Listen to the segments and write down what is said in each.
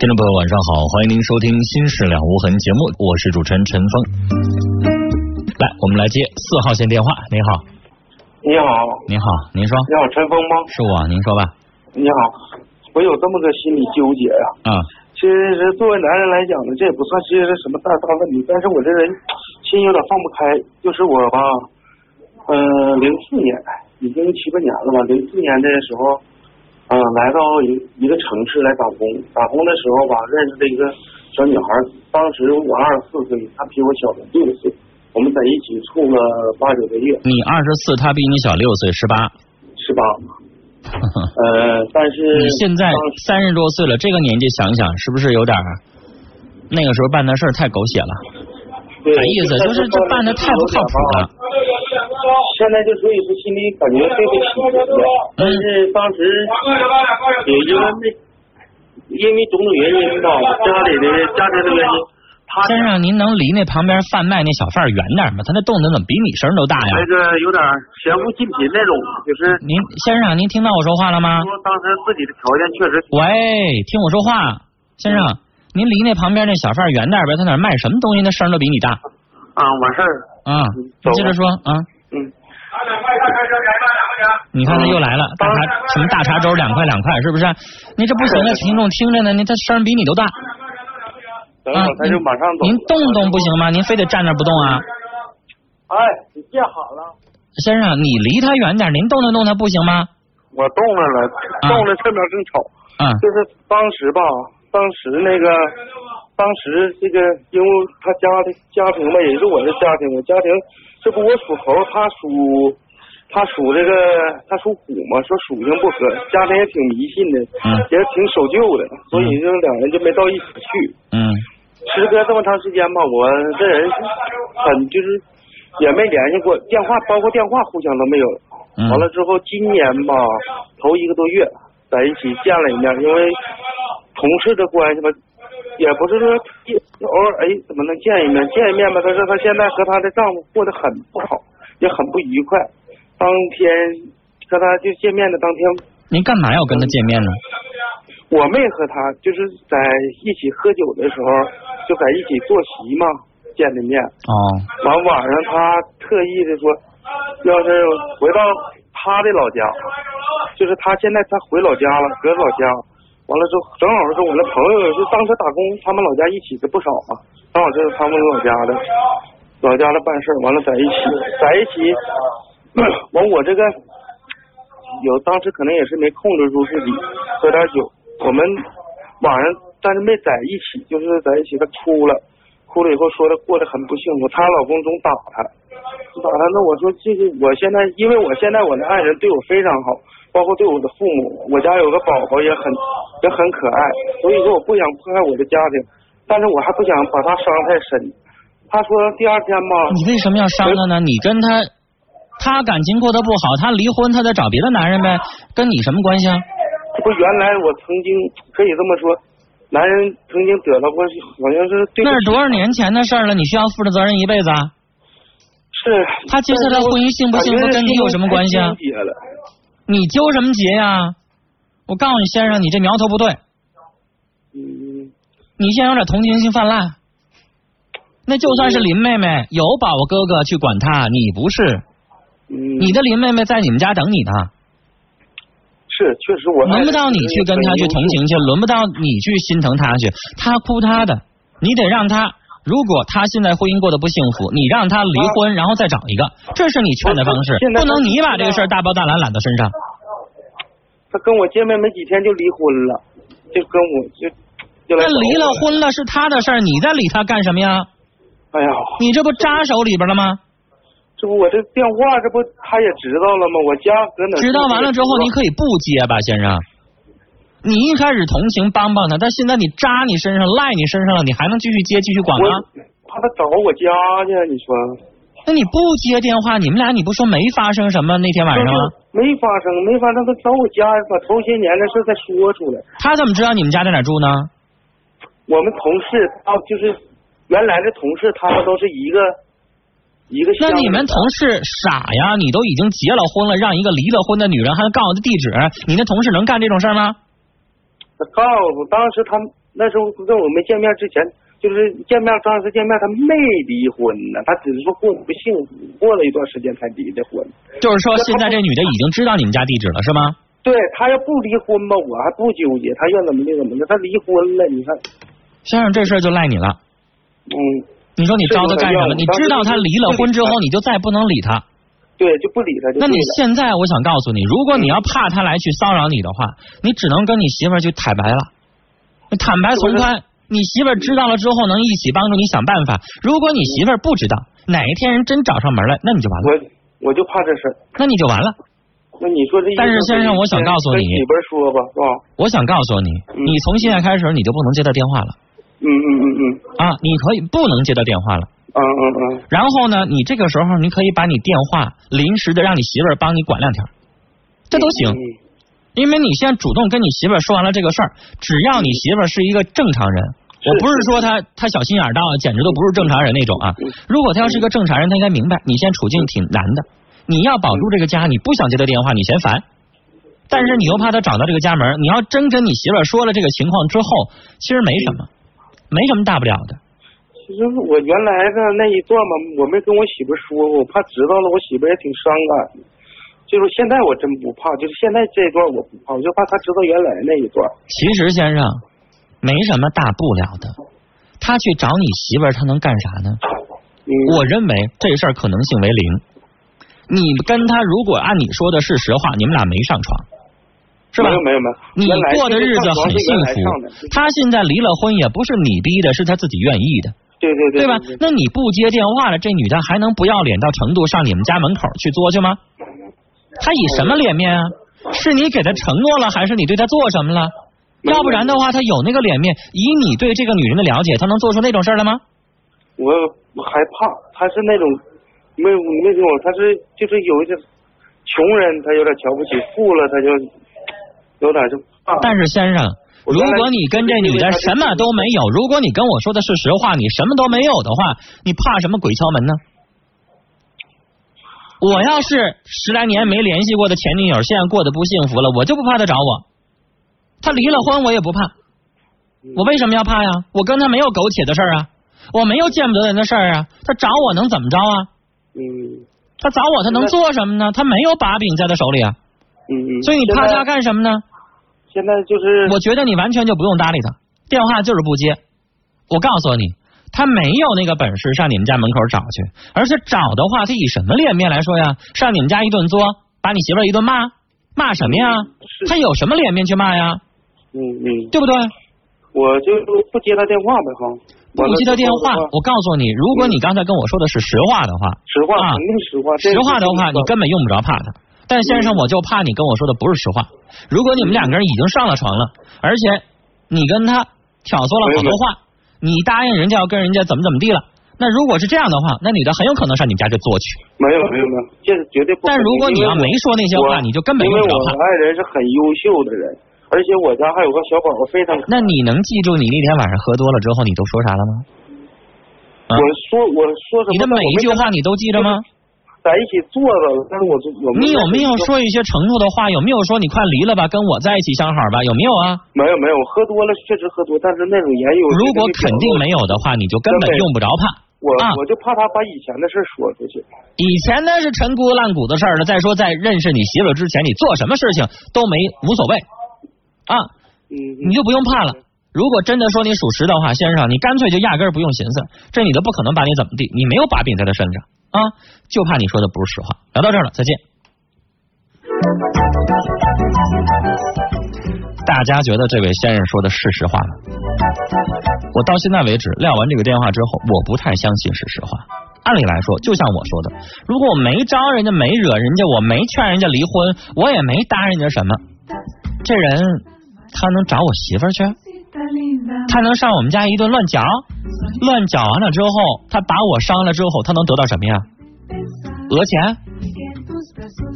听众朋友，晚上好，欢迎您收听《新事了无痕》节目，我是主持人陈峰。来，我们来接四号线电话。您好，你好，您好，您说，你好，陈峰吗？是我，您说吧。你好，我有这么个心理纠结呀、嗯，其实作为男人来讲呢，这也不算是什么大大问题，但是我这人心有点放不开，就是我吧，嗯、呃，零四年已经七八年了吧，零四年的时候，嗯、来到一一个城市来打工，打工的时候吧，认识了一个小女孩，当时我二十四岁，她比我小了六岁，我们在一起处了八九个月，你二十四，他比你小六岁，十八。是吧？ 呃，但是你现在当时三十多岁了，这个年纪想想是不是有点儿？那个时候办的事儿太狗血了，对啥意思？就是这办的太不靠谱了。。现在就所以说心里感觉对不起自己，但是当时也因为那因为种种原因吧，家里的家庭的原因，他先生，您能离那旁边贩卖那小贩儿远点儿吗？他那动静怎么比你声儿都大哎呀那？个有点悬乎近贫那种，就是您先生，您听到我说话了吗？说当时自己的条件确实喂，听我说话，先生，嗯您离那旁边那小贩儿远点儿呗，他哪儿卖什么东西，那声儿都比你大啊完事儿，啊！你接着说啊，嗯，你看他又来了，嗯大茶什么大茶粥两块两块，是不是？你这不行啊，听众听着呢，您他声儿比你都大等会啊儿！他就马上走。您您动动不行吗？您非得站那儿不动啊？哎，你别喊了，先生，你离他远点儿，您动动动他不行吗？我动了了，动了这边正吵。啊，就是当时吧，当时那个，当时这个，因为他家的家庭吧，也是我的家庭，我家庭这不我属猴，他属他属这个他属虎嘛，说属性不合，家庭也挺迷信的，嗯也挺守旧的，所以就两人就没到一起去。嗯时隔这么长时间吧，我这人很就是也没联系过，电话包括电话互相都没有。嗯，完了之后，今年吧，头一个多月在一起见了一面，因为同事的关系吧，也不是说一偶尔哎怎么能见一面，见一面吧，她说她现在和她的丈夫过得很不好，也很不愉快。当天和她就见面的当天，您干嘛要跟他见面呢？我没和她，就是在一起喝酒的时候，就在一起坐席嘛见的面。哦，完晚上他特意的说，要是回到他的老家，就是他现在他回老家了，搁老家，完了之后正好是我那朋友，就当时打工，他们老家一起的不少嘛，正好就是他们老家的，老家的办事儿完了在一起，在一起， 完我这个有当时可能也是没控制住自己，喝点酒，我们晚上但是没在一起，就是在一起她哭了。哭了以后说她过得很不幸福，她老公总打她，打她。那我说这个，我现在因为我现在我的爱人对我非常好，包括对我的父母，我家有个宝宝也很也很可爱，所以说我不想破坏我的家庭，但是我还不想把她伤太深。她说第二天吧，你为什么要伤他呢？你跟他，他感情过得不好，他离婚，他再找别的男人呗，跟你什么关系啊？这不原来我曾经可以这么说，男人曾经得到过，好像是对不那起是多少年前的事儿了，你需要负的责任一辈子啊？是他接下来婚姻幸不幸福跟你有什么关系啊感觉是心结了你纠什么结呀、我告诉你，先生，你这苗头不对，嗯，你现在有点同情心泛滥。那就算是林妹妹有宝宝哥哥去管她，你不是，嗯你的林妹妹在你们家等你呢，是确实我轮不到你去跟她去同情去，轮不到你去心疼她去，她哭她的，你得让她。如果她现在婚姻过得不幸福，你让她离婚，然后再找一个，这是你劝的方式我现，在不能你把这个事儿大包大揽揽到身上。他跟我见面没几天就离婚了，就跟我就就来那找我离了。婚了是她的事儿，你再理她干什么呀？哎呀，你这不扎手里边了吗？这不我这电话这不他也知道了吗？我家搁哪？知道完了之后，你可以不接吧，先生。你一开始同情帮帮他，但现在你扎你身上、赖你身上了，你还能继续接、继续管吗我？怕他找我家去，啊你说那你不接电话，你们俩你不说没发生什么那天晚上吗？没发生，没发生，他找我家把头些年的事再说出来。他怎么知道你们家在哪儿住呢？我们同事啊，就是原来的同事，他们都是一个一个那乡里的。你们同事傻呀？你都已经结了婚了，让一个离了婚的女人还告诉他地址，你那同事能干这种事儿吗？他告诉当时他那时候跟我们见面之前，就是见面上一次见面，他没离婚呢，他只是说过得不幸福，过了一段时间才离的婚。就是说现在这女的已经知道你们家地址了是吗？对他要不离婚吧，我还不纠结，他愿怎么的怎么的，他离婚了，你看，先生，这事儿就赖你了。嗯，你说你招他干什么？是你我的知道他离了婚之当后，时你就再不能理他。对，就不理他就那对你了。现在，我想告诉你，如果你要怕他来去骚扰你的话，你只能跟你媳妇儿去坦白了，坦白从宽。你媳妇儿知道了之后，能一起帮助你想办法。如果你媳妇儿不知道，哪一天人真找上门来，那你就完了，我我就怕这事儿。那你就完了。那你说这意思，但是先生我想告诉你跟媳妇儿说吧，是吧？我想告诉你，嗯你从现在开始你就不能接他电话了嗯嗯嗯嗯啊！你可以不能接他电话了。嗯嗯嗯，然后呢，你这个时候你可以把你电话临时的让你媳妇儿帮你管两天，这都行。嗯因为你现在主动跟你媳妇儿说完了这个事儿，只要你媳妇儿是一个正常人，我不是说她她小心眼儿大，啊简直都不是正常人那种啊。如果她要是一个正常人，她应该明白你现在处境挺难的，你要保住这个家，你不想接她电话，你嫌烦。但是你又怕她找到这个家门儿，你要真跟你媳妇儿说了这个情况之后，其实没什么，没什么大不了的。其实我原来的那一段嘛，我没跟我媳妇说，我怕知道了，我媳妇也挺伤感的。就是现在我真不怕，就是现在这一段我不怕，我就怕她知道原来那一段。其实先生，没什么大不了的。他去找你媳妇儿，他能干啥呢？嗯，我认为这事儿可能性为零。你跟他如果按你说的是实话，你们俩没上床，是吧没？有没有没有，你原来过的这个日子上床很是幸原来上的福。他现在离了婚，也不是你逼的，是他自己愿意的，对对对吧对？那你不接电话了，这女的还能不要脸到程度上你们家门口去作去吗？她以什么脸面哦啊？是你给她承诺了，还是你对她做什么了？没有要不然的话，她有那个脸面，以你对这个女人的了解，她能做出那种事儿来吗？我我害怕，他是那种没有那种，他是就是有一些穷人，他有点瞧不起富了，他就有点就怕。但是先生，啊我如原来果你跟这女的什么都没有，如果你跟我说的是实话，你什么都没有的话，你怕什么鬼敲门呢？我要是十来年没联系过的前女友，现在过得不幸福了，我就不怕她找我。她离了婚，我也不怕。嗯我为什么要怕呀？我跟她没有苟且的事儿啊，我没有见不得人的事儿啊。她找我能怎么着啊？嗯她找我，她能做什么呢？她没有把柄在她手里啊，嗯嗯，所以你怕她干什么呢？现在现在就是我觉得你完全就不用搭理他，电话就是不接。我告诉你，他没有那个本事上你们家门口找去，而且找的话，他以什么脸面来说呀？上你们家一顿作，把你媳妇儿一顿骂，骂什么啊呀？是他有什么脸面去骂呀？嗯嗯，对不对？我就不接他电话呗哈，不完了接他之电后的话，我告诉你，如果你刚才跟我说的是实话的话，实话啊肯定实话，这实话的话，是你根本用不着怕他。但先生，我就怕你跟我说的不是实话。如果你们两个人已经上了床了，而且你跟他挑唆了好多话，你答应人家要跟人家怎么怎么地了，那如果是这样的话，那女的很有可能上你们家去做去。没有没有没有，这是绝对不但可能。如果你要没说那些因为话，我你就根本用因为不着我怕。爱人是很优秀的人，而且我家还有个小宝宝非常可爱那你能记住你那天晚上喝多了之后你都说啥了吗？啊我说我说什么？你的每一句话你都记着吗？在一起坐着，但是我就我你有没有？说一些承诺的话？有没有说你快离了吧，跟我在一起相好吧？有没有啊？没有没有，我喝多了确实喝多，但是那种言语我如觉得果是肯定没有的话，你就根本用不着怕。我啊我就怕他把以前的事说出去。以前那是陈姑烂谷的事儿了。再说，在认识你媳妇儿之前，你做什么事情都没无所谓啊，嗯，你就不用怕了。如果真的说你属实的话，先生，你干脆就压根儿不用寻思，这女的不可能把你怎么地，你没有把柄在她身上啊，就怕你说的不是实话。聊到这儿了，再见。大家觉得这位先生说的是实话吗？我到现在为止撂完这个电话之后，我不太相信是实话。按理来说，就像我说的，如果我没招人家，没惹人家，我没劝人家离婚，我也没搭人家什么，这人他能找我媳妇儿去？他能上我们家一顿乱搅？乱搅完了之后，他把我伤了之后，他能得到什么呀？讹钱？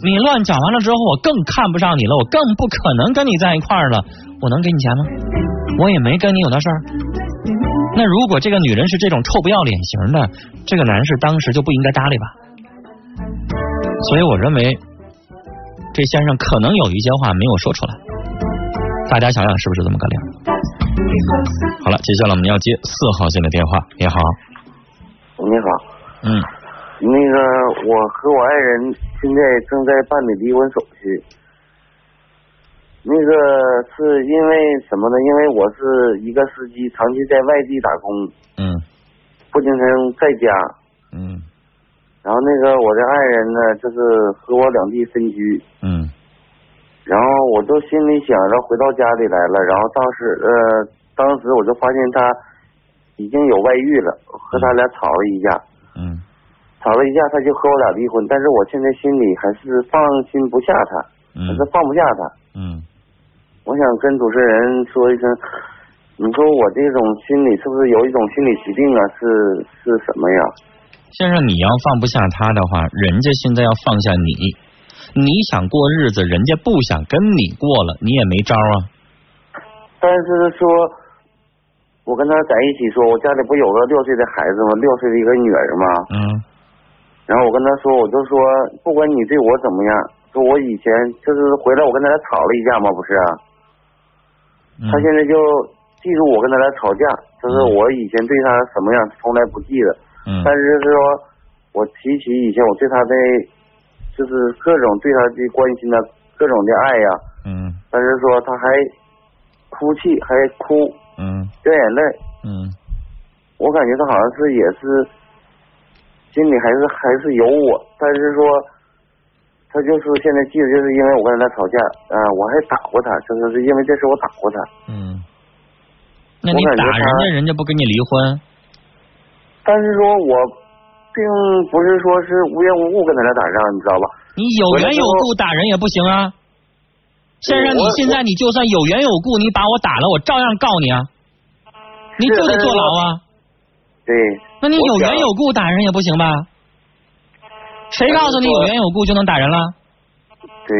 你乱搅完了之后，我更看不上你了，我更不可能跟你在一块儿了。我能给你钱吗？我也没跟你有那事儿。那如果这个女人是这种臭不要脸型的，这个男士当时就不应该搭理吧？所以我认为，这先生可能有一些话没有说出来。大家想想是不是这么个理儿？好了，接下来我们要接四号线的电话。你好，你好，嗯，那个我和我爱人现在正在办理离婚手续。那个是因为什么呢？因为我是一个司机，长期在外地打工，嗯，不经常在家。嗯，然后那个我的爱人呢，就是和我两地分居。嗯，然后我就心里想着回到家里来了，然后当时呃，当时我就发现他已经有外遇了，和他俩吵了一架，嗯，吵了一架他就和我俩离婚，但是我现在心里还是放心不下他，嗯还是，放不下他。嗯，我想跟主持人说一声，你说我这种心理是不是有一种心理疾病啊？是是什么呀？先生，你要放不下他的话，人家现在要放下你。你想过日子，人家不想跟你过了，你也没招啊。但是说，我跟他在一起说，我家里不有个六岁的孩子吗？六岁的一个女儿吗？嗯然后我跟他说，我就说，不管你对我怎么样，说我以前就是回来我跟他俩吵了一架嘛，不是、啊？嗯他现在就记住我跟他俩吵架，就是我以前对他什么样，从来不记得。嗯但是就是说，我提起以前我对他的，就是各种对他的关心呐，啊各种的爱呀、嗯但是说他还哭泣，还哭嗯掉眼泪，嗯我感觉他好像是也是心里还是还是有我，但是说他就是现在记得，就是因为我跟他吵架，啊、我还打过他，就是是因为这事我打过他。嗯。那你我感打觉人他家，人家不跟你离婚。但是说我并不是说是无缘无故跟他俩打仗，你知道吧？你有缘有故打人也不行啊。先生，你我现在你就算有缘有故，你把我打了，我照样告你啊，你就得坐牢啊。对，那你有我想缘有故打人也不行吧？谁告诉你有缘有故就能打人了？对，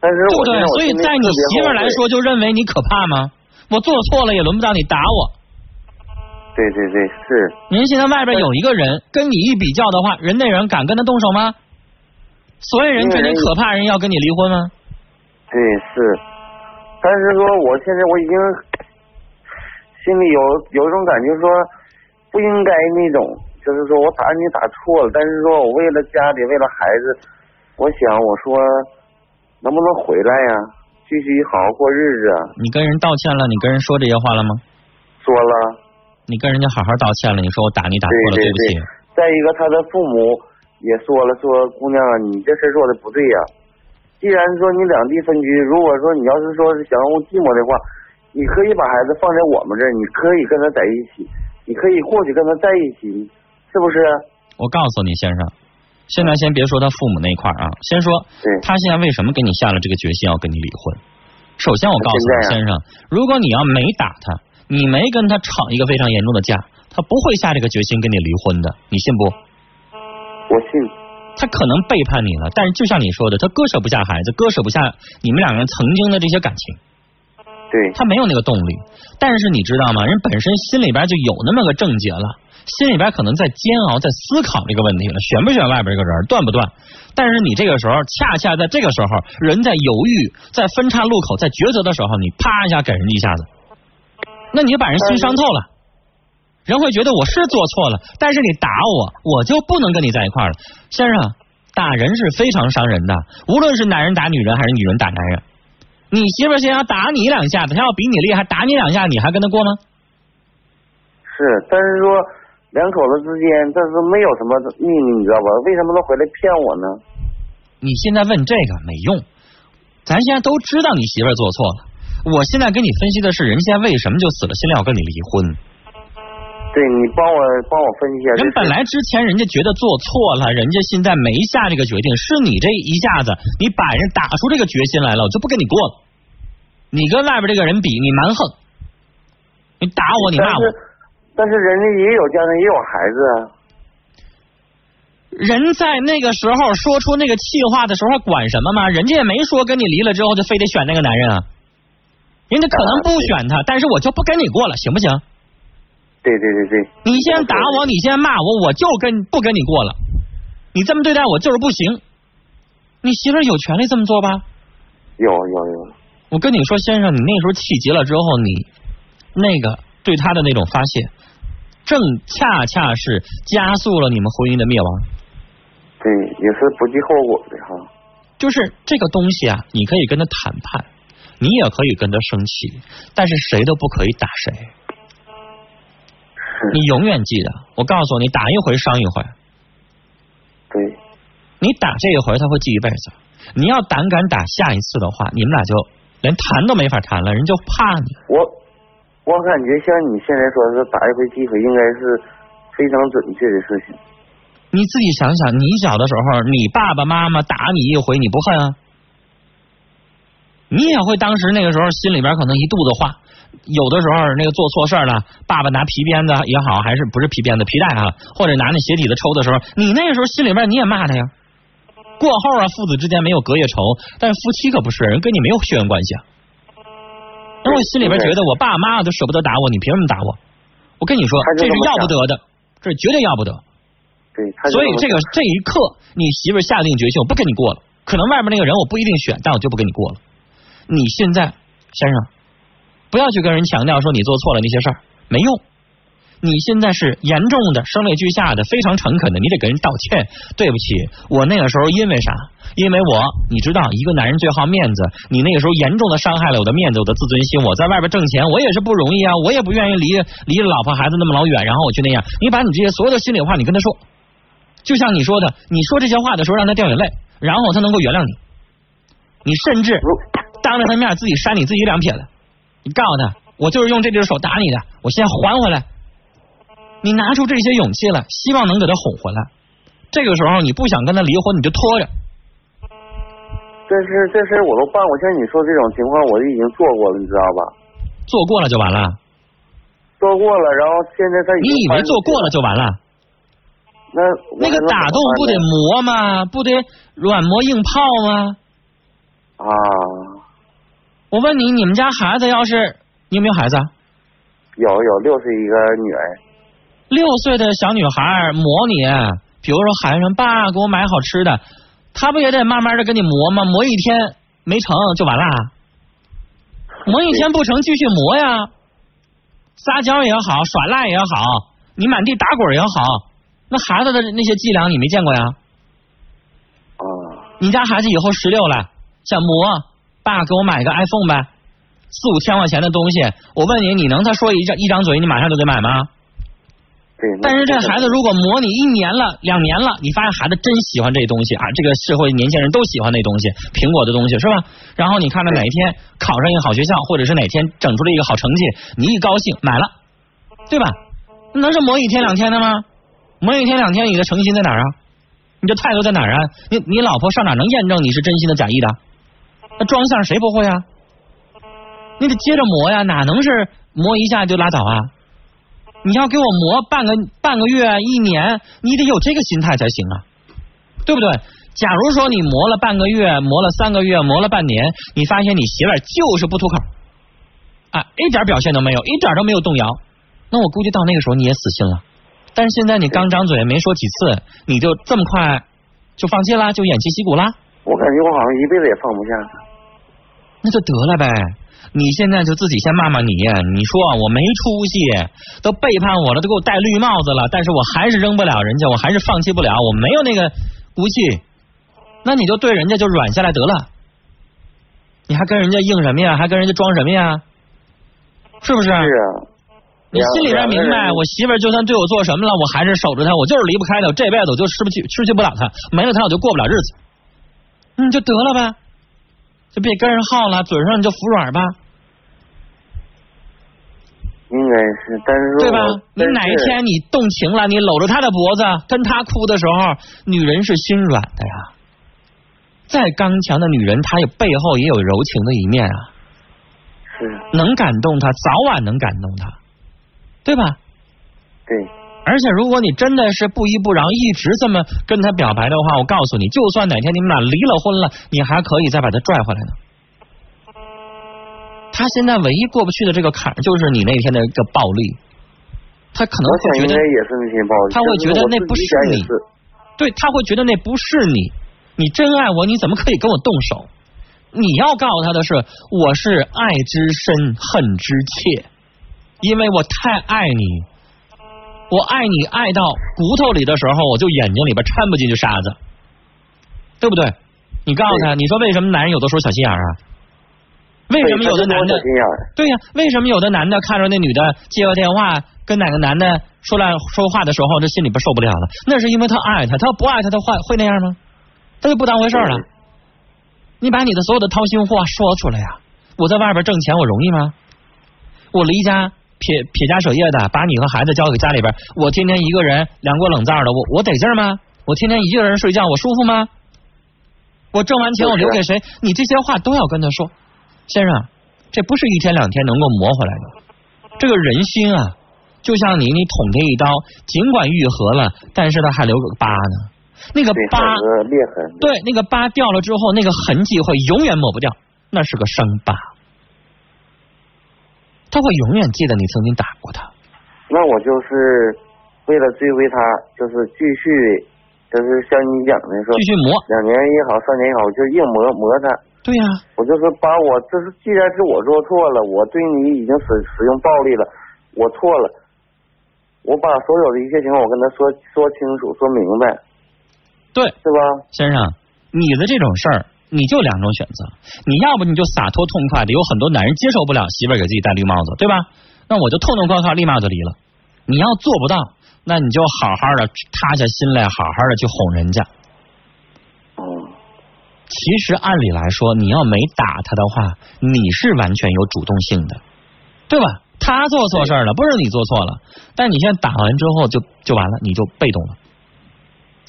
但是对我不对现？我所以心里在你特别媳妇儿后来悔，说，就认为你可怕吗？我做错了也轮不到你打我。对对对是，您现在外边有一个人跟你一比较的话，人那人敢跟他动手吗？所以人那觉个得人你可怕，人要跟你离婚吗？对是，但是说我现在我已经心里有有一种感觉说不应该那种，就是说我打你打错了，但是说我为了家里为了孩子，我想我说能不能回来呀、继续好好过日子啊？你跟人道歉了，你跟人说这些话了吗？说了，你跟人家好好道歉了，你说我打你打错了，对对对不对起。再一个他的父母也说了，说姑娘啊，你这事儿做的不对呀、既然说你两地分居，如果说你要是说是想让我寂寞的话，你可以把孩子放在我们这儿，你可以跟他在一起，你可以过去跟他在一起，是不是？啊我告诉你，先生，现在先别说他父母那一块儿啊，先说对他现在为什么跟你下了这个决心要跟你离婚。首先，我告诉现你，在啊先生，如果你要没打他，你没跟他吵一个非常严重的架，他不会下这个决心跟你离婚的，你信不？我信，他可能背叛你了，但是就像你说的，他割舍不下孩子，割舍不下你们两个人曾经的这些感情。对他没有那个动力。但是你知道吗？人本身心里边就有那么个症结了，心里边可能在煎熬，在思考这个问题了，选不选外边这个人，断不断？但是你这个时候，恰恰在这个时候，人在犹豫，在分岔路口，在抉择的时候，你啪一下给人一下子，那你就把人心伤透了。人会觉得我是做错了，但是你打我，我就不能跟你在一块儿了，先生。打人是非常伤人的，无论是男人打女人还是女人打男人，你媳妇儿先要打你两下子，她要比你厉害，打你两下，你还跟她过吗？是，但是说两口子之间，但是没有什么秘密，你知道吧？为什么他回来骗我呢？你现在问这个没用，咱现在都知道你媳妇儿做错了。我现在跟你分析的是，人现在为什么就死了心了要跟你离婚？对你帮我帮我分析一下这人事，本来之前人家觉得做错了，人家现在没下这个决定，是你这一下子你把人打出这个决心来了，我就不跟你过了。你跟外边这个人比，你蛮横，你打我，你但骂我是，但是人家也有家庭，也有孩子啊。人在那个时候说出那个气话的时候，还管什么吗？人家也没说跟你离了之后就非得选那个男人啊，人家可能不选他，但是我就不跟你过了，行不行？对对对对。你先打我，你先骂我，我就跟不跟你过了。你这么对待我就是不行，你媳妇儿有权利这么做吧？有有有，我跟你说，先生，你那时候气急了之后，你那个对他的那种发泄，正恰恰是加速了你们婚姻的灭亡。对，也是不计后果的哈。就是这个东西啊，你可以跟他谈判，你也可以跟他生气，但是谁都不可以打谁。是，你永远记得，我告诉你，打一回伤一回。对，你打这一回，他会记一辈子。你要胆敢打下一次的话，你们俩就连谈都没法谈了，人就怕你。我我感觉像你现在说的是打一回机会，应该是非常准确的事情。你自己想想，你小的时候，你爸爸妈妈打你一回，你不恨啊？你也会当时那个时候心里边可能一肚子话，有的时候那个做错事儿了，爸爸拿皮鞭子也好，还是不是皮鞭子皮带啊，或者拿那鞋底子抽的时候，你那个时候心里边你也骂他呀。过后啊，父子之间没有隔夜仇，但是夫妻可不是，人跟你没有血缘关系啊。那我心里边觉得我爸妈都舍不得打我，你凭什么打我？我跟你说他，就这这是么要不想得的，这是绝对要不得。对，他就所以么这个这一刻，你媳妇儿下定决心，我不跟你过了。可能外面那个人我不一定选，但我就不跟你过了。你现在，先生，不要去跟人强调说你做错了那些事儿，没用。你现在是严重的声泪俱下的，非常诚恳的，你得给人道歉。对不起，我那个时候因为啥？因为我，你知道，一个男人最好面子。你那个时候严重的伤害了我的面子，我的自尊心。我在外边挣钱，我也是不容易啊，我也不愿意离离老婆孩子那么老远，然后我去那样。你把你这些所有的心里话，你跟他说，就像你说的，你说这些话的时候让他掉眼泪，然后他能够原谅你。你甚至如当着他面自己扇你自己两撇子，你告诉他，我就是用这只手打你的，我现在还回来。你拿出这些勇气来，希望能给他哄回来。这个时候你不想跟他离婚，你就拖着。这事这事我都办过，像你说这种情况我就已经做过了，你知道吧？做过了就完了，做过了，然后现在他已你经以为做过了就完了？那那个打斗不得磨吗？不得软磨硬泡吗？啊？我问你，你们家孩子要是你有没有孩子啊？有有六岁一个女儿，六岁的小女孩儿磨你，比如说喊一声“爸，给我买好吃的”，她不也得慢慢的跟你磨吗？磨一天没成就完啦，磨一天不成继续磨呀，撒娇也好，耍赖也好，你满地打滚也好，那孩子的那些伎俩你没见过呀？啊，你家孩子以后十六了，想磨，爸给我买个 iPhone 呗，四五千块钱的东西，我问你，你能他说一张一张嘴，你马上就得买吗？对。那但是这孩子如果磨你一年了、两年了，你发现孩子真喜欢这东西啊，这个社会年轻人都喜欢那东西，苹果的东西是吧？然后你看着哪一天考上一个好学校，或者是哪天整出了一个好成绩，你一高兴买了，对吧？能是磨一天两天的吗？磨一天两天，你的诚心在哪儿啊？你的态度在哪儿啊？你你老婆上哪能验证你是真心的假意的？那装相谁不会啊？你得接着磨呀，哪能是磨一下就拉倒啊？你要给我磨半个半个月、一年，你得有这个心态才行啊，对不对？假如说你磨了半个月、磨了三个月、磨了半年，你发现你媳妇儿就是不吐口，啊，一点表现都没有，一点都没有动摇，那我估计到那个时候你也死心了。但是现在你刚张嘴没说几次，你就这么快就放弃啦，就偃旗息鼓啦？我感觉我好像一辈子也放不下他。啊那就得了呗。你现在就自己先骂骂你，你说啊我没出息，都背叛我了，都给我戴绿帽子了，但是我还是扔不了人家，我还是放弃不了，我没有那个骨气。那你就对人家就软下来得了，你还跟人家硬什么呀？还跟人家装什么呀？是不是？是啊，你心里边明两个白，人我媳妇儿就算对我做什么了，我还是守着她，我就是离不开她，我这辈子我就失不去，失去不了她，没了她我就过不了日子，嗯，就得了呗，就别跟人耗了，嘴上你就服软吧，应该是，但是说对吧我？你哪一？天你动情了，你搂着她的脖子，跟她哭的时候，女人是心软的呀。再刚强的女人，她也背后也有柔情的一面啊。但是是，能感动他，早晚能感动他，对吧？对，而且如果你真的是不依不饶，一直这么跟他表白的话，我告诉你，就算哪天你们俩离了婚了，你还可以再把他拽回来呢。他现在唯一过不去的这个坎儿，就是你那天的一个暴力，他可能我会想觉应得该也是内心暴力。他会觉得就是我那不自己是想也你对他会觉得那不是你，你真爱我，你怎么可以跟我动手？你要告诉他的是，我是爱之深，恨之切，因为我太爱你，我爱你爱到骨头里的时候，我就眼睛里边掺不进去沙子，对不对？你告诉他，你说为什么男人有的时候小心眼儿啊？为什么有的男的小心眼儿？对呀、为什么有的男的看着那女的接个电话，跟哪个男的说了说话的时候，这心里边受不了了？那是因为他爱他，他要不爱他，他会会那样吗？他就不当回事儿了嗯。你把你的所有的掏心话说出来呀、我在外边挣钱，我容易吗？我离家撇撇家舍业的，把你和孩子交给家里边，我天天一个人凉锅冷灶的，我我得劲儿吗？我天天一个人睡觉，我舒服吗？我挣完钱我留给谁？你这些话都要跟他说，先生，啊这不是一天两天能够磨回来的。这个人心啊，就像你你捅他一刀，尽管愈合了，但是他还留个疤呢。那个对，疤还有个裂痕。呃对，那个疤掉了之后，那个痕迹会永远抹不掉，那是个伤疤，他会永远记得你曾经打过他。那我就是为了追回他，就是继续，就是像你讲的说继，续磨，两年也好，三年也好，我就硬磨磨他。对呀、我就是把我，就是既然是我做错了，我对你已经使使用暴力了，我错了，我把所有的一切情况我跟他说说清楚，说明白，对，是吧？先生，你的这种事儿，你就两种选择，你要不你就洒脱痛快的，有很多男人接受不了媳妇儿给自己戴绿帽子，对吧？那我就痛痛快快立马就离了。你要做不到，那你就好好的塌下心来，好好的去哄人家。嗯，其实按理来说，你要没打他的话，你是完全有主动性的，对吧？他做错事儿了，不是你做错了。但你现在打完之后就就完了，你就被动了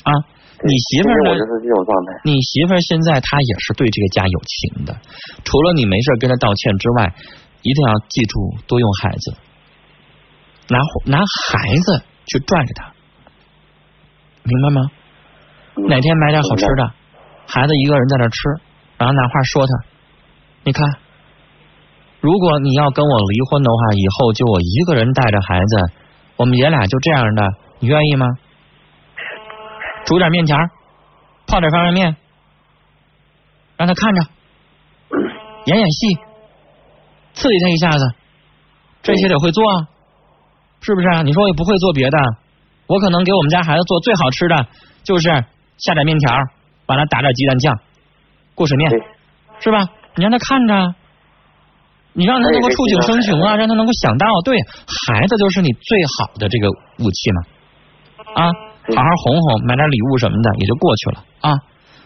啊！对你媳其妇儿实我呢就？是这种状态。你媳妇儿现在她也是对这个家有情的，除了你没事儿跟她道歉之外，一定要记住多用孩子，拿拿孩子去拽她，明白吗？嗯哪天买点好吃明白的，孩子一个人在那吃，然后拿话说他，你看，如果你要跟我离婚的话，以后就我一个人带着孩子，我们爷俩就这样的，你愿意吗？煮点面条儿，泡点方便面，让他看着，演演戏，刺激他一下子，这些得会做啊，是不是啊？你说我也不会做别的，我可能给我们家孩子做最好吃的就是下点面条儿，完了打点鸡蛋酱，过水面对，是吧？你让他看着啊，你让他能够触景生情啊，让他能够想到，对孩子就是你最好的这个武器嘛，啊，好好哄哄，买点礼物什么的也就过去了啊。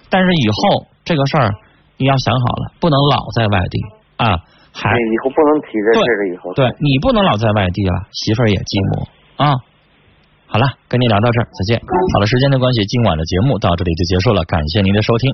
但是以后这个事儿你要想好了，不能老在外地啊，孩对，以后不能提这事儿了，以后。对你不能老在外地了，媳妇儿也寂寞啊。好了，跟您聊到这儿，再见。好了，时间的关系，今晚的节目到这里就结束了，感谢您的收听。